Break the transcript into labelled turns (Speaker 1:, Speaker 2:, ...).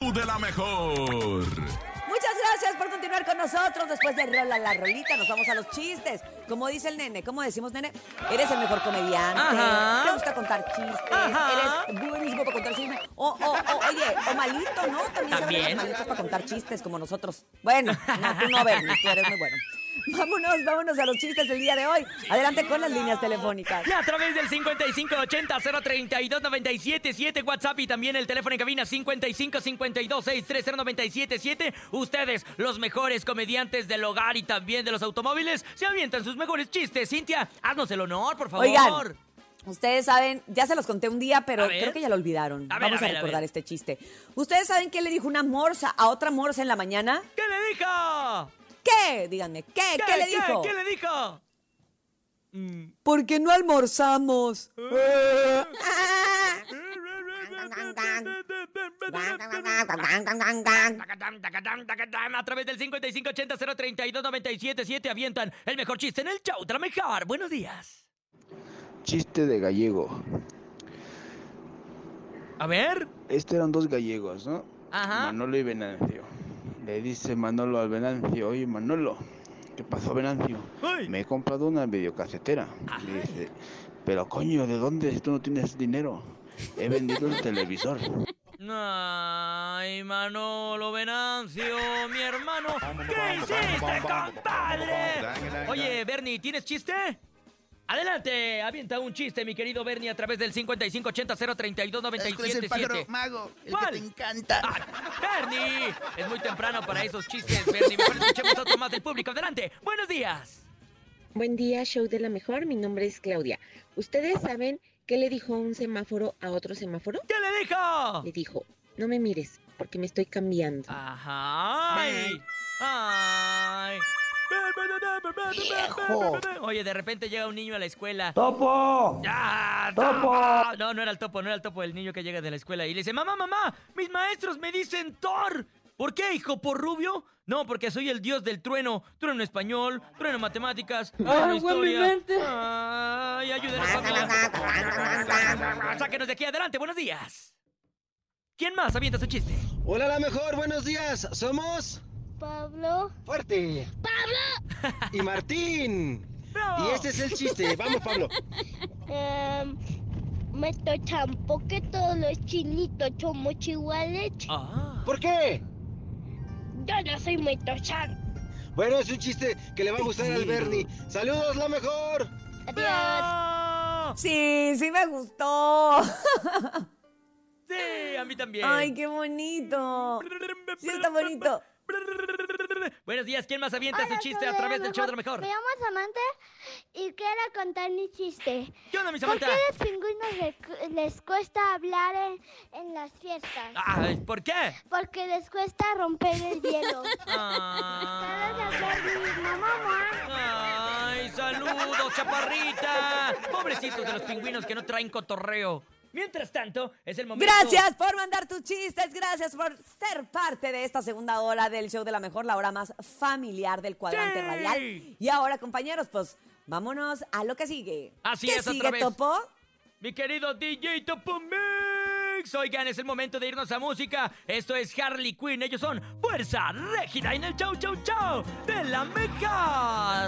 Speaker 1: de la mejor.
Speaker 2: Muchas gracias por continuar con nosotros. Después de Rola la Rolita, nos vamos a los chistes. Como dice el nene, ¿cómo decimos, nene? Eres el mejor comediante.
Speaker 3: Ajá.
Speaker 2: Te gusta contar chistes.
Speaker 3: Ajá.
Speaker 2: Eres buenísimo para contar chistes. O, o, o, oye, o malito, ¿no? También, se abren los
Speaker 3: También.
Speaker 2: malitos para contar chistes como nosotros. Bueno, no, tú no, Bernie, tú eres muy bueno. Vámonos, vámonos a los chistes del día de hoy. Adelante con las líneas telefónicas.
Speaker 3: Y a través del 5580-032-977, WhatsApp y también el teléfono en cabina 5552-630-977. Ustedes, los mejores comediantes del hogar y también de los automóviles, se avientan sus mejores chistes. Cintia, haznos el honor, por favor.
Speaker 2: Oigan, ustedes saben, ya se los conté un día, pero
Speaker 3: A ver.
Speaker 2: creo que ya lo olvidaron.
Speaker 3: A ver,
Speaker 2: Vamos
Speaker 3: a
Speaker 2: a,
Speaker 3: ver, a
Speaker 2: recordar
Speaker 3: ver.
Speaker 2: este chiste. ¿Ustedes saben qué le dijo una morsa a otra morsa en la mañana?
Speaker 3: ¿Qué le dijo?
Speaker 2: ¿Qué? Díganme, ¿qué? Eh, ¿Qué, le dijo?
Speaker 3: ¿Qué, le dijo? Mm.
Speaker 2: ¿Por qué no almorzamos?
Speaker 3: Tacatán, tacatán, tacatán. A través del 5580-032-977 avientan el mejor chiste en el show de la mejor. Buenos días.
Speaker 4: Chiste de gallego.
Speaker 3: A ver.
Speaker 4: Estos Este eran dos gallegos, ¿no?
Speaker 3: Ajá.
Speaker 4: Manolo y Venancio. Le dice Manolo al Venancio, oye Manolo, ¿qué pasó Venancio?
Speaker 3: ¡Ay!
Speaker 4: Me he comprado una videocasetera. Le dice, pero coño, ¿de dónde si tú no tienes dinero? He vendido el televisor.
Speaker 3: Ay, Manolo Venancio, mi hermano. ¿Qué hiciste, compadre? Oye, Bernie, ¿tienes chiste? Adelante, avienta un chiste, mi querido Bernie, a través del 5580-032-977.
Speaker 5: ¿Cuál es el pájaro mago? El
Speaker 3: ¿Cuál?
Speaker 5: que te encanta.
Speaker 3: Ah, ¡Bernie! Es muy temprano para esos chistes, Bernie. Mejor escuchemos otro más del público. Adelante, buenos días.
Speaker 6: Buen día, show de la mejor. Mi nombre es Claudia. ¿Ustedes saben qué le dijo un semáforo a otro semáforo?
Speaker 3: ¿Qué le dijo?
Speaker 6: Le dijo, no me mires porque me estoy cambiando.
Speaker 3: Ajá. Ay. Ay.
Speaker 5: Viejo.
Speaker 3: Oye, de repente llega un niño a la escuela.
Speaker 7: ¡Topo!
Speaker 3: ¡Ah,
Speaker 7: ¡Topo!
Speaker 3: No, no era el topo, no era el topo, el niño que llega de la escuela y le dice, mamá, mamá, mis maestros me dicen Thor. ¿Por qué, hijo? ¿Por rubio? No, porque soy el dios del trueno. Trueno español, trueno matemáticas, trueno historia. Ay, ayúdenos, papá. Sáquenos de aquí adelante, buenos días. ¿Quién más avienta su chiste?
Speaker 8: Hola, la mejor, buenos días. Somos
Speaker 9: Pablo,
Speaker 8: Fuerte. ¡Pablo! Y Martín.
Speaker 3: ¡Bravo!
Speaker 8: Y este es el chiste. Vamos, Pablo.
Speaker 9: em, me tochan porque todos los chinitos somos iguales.
Speaker 3: Ah.
Speaker 8: ¿Por qué?
Speaker 9: Yo no soy muy tochan.
Speaker 8: Bueno, es un chiste que le va a gustar al Bernie. Saludos, la mejor.
Speaker 9: Adiós.
Speaker 2: Sí, sí me gustó.
Speaker 3: Sí, a mí también.
Speaker 2: Ay, qué bonito. Sí, está bonito.
Speaker 3: Buenos días, ¿quién más avienta su chiste a
Speaker 9: soy
Speaker 3: través
Speaker 9: la
Speaker 3: del show de lo mejor?
Speaker 9: Me llamo Samantha y quiero contar mi chiste.
Speaker 3: ¿Qué onda, mi
Speaker 9: ¿Por qué
Speaker 3: Samantha?
Speaker 9: a los pingüinos le cu- les cuesta hablar en, en las fiestas?
Speaker 3: Ay, ¿por qué?
Speaker 9: Porque les cuesta romper el hielo.
Speaker 3: Ay,
Speaker 9: ¿Sabes hacer mi mamá? mamá?
Speaker 3: Ah. ay, saludos, chaparrita. Pobrecitos de los pingüinos que no traen cotorreo. Mientras tanto, es el momento.
Speaker 2: Gracias por mandar tus chistes, gracias por ser parte de esta segunda hora del show de la mejor, la hora más familiar del cuadrante
Speaker 3: Sí.
Speaker 2: radial. Y ahora, compañeros, pues vámonos a lo que sigue.
Speaker 3: Así
Speaker 2: ¿Qué
Speaker 3: es, otra
Speaker 2: sigue,
Speaker 3: vez.
Speaker 2: Topo?
Speaker 3: Mi querido DJ Topo Mix. Oigan, es el momento de irnos a música. Esto es Harley Quinn. Ellos son Fuerza Régida en el Chau Chau Chau de la Mejor.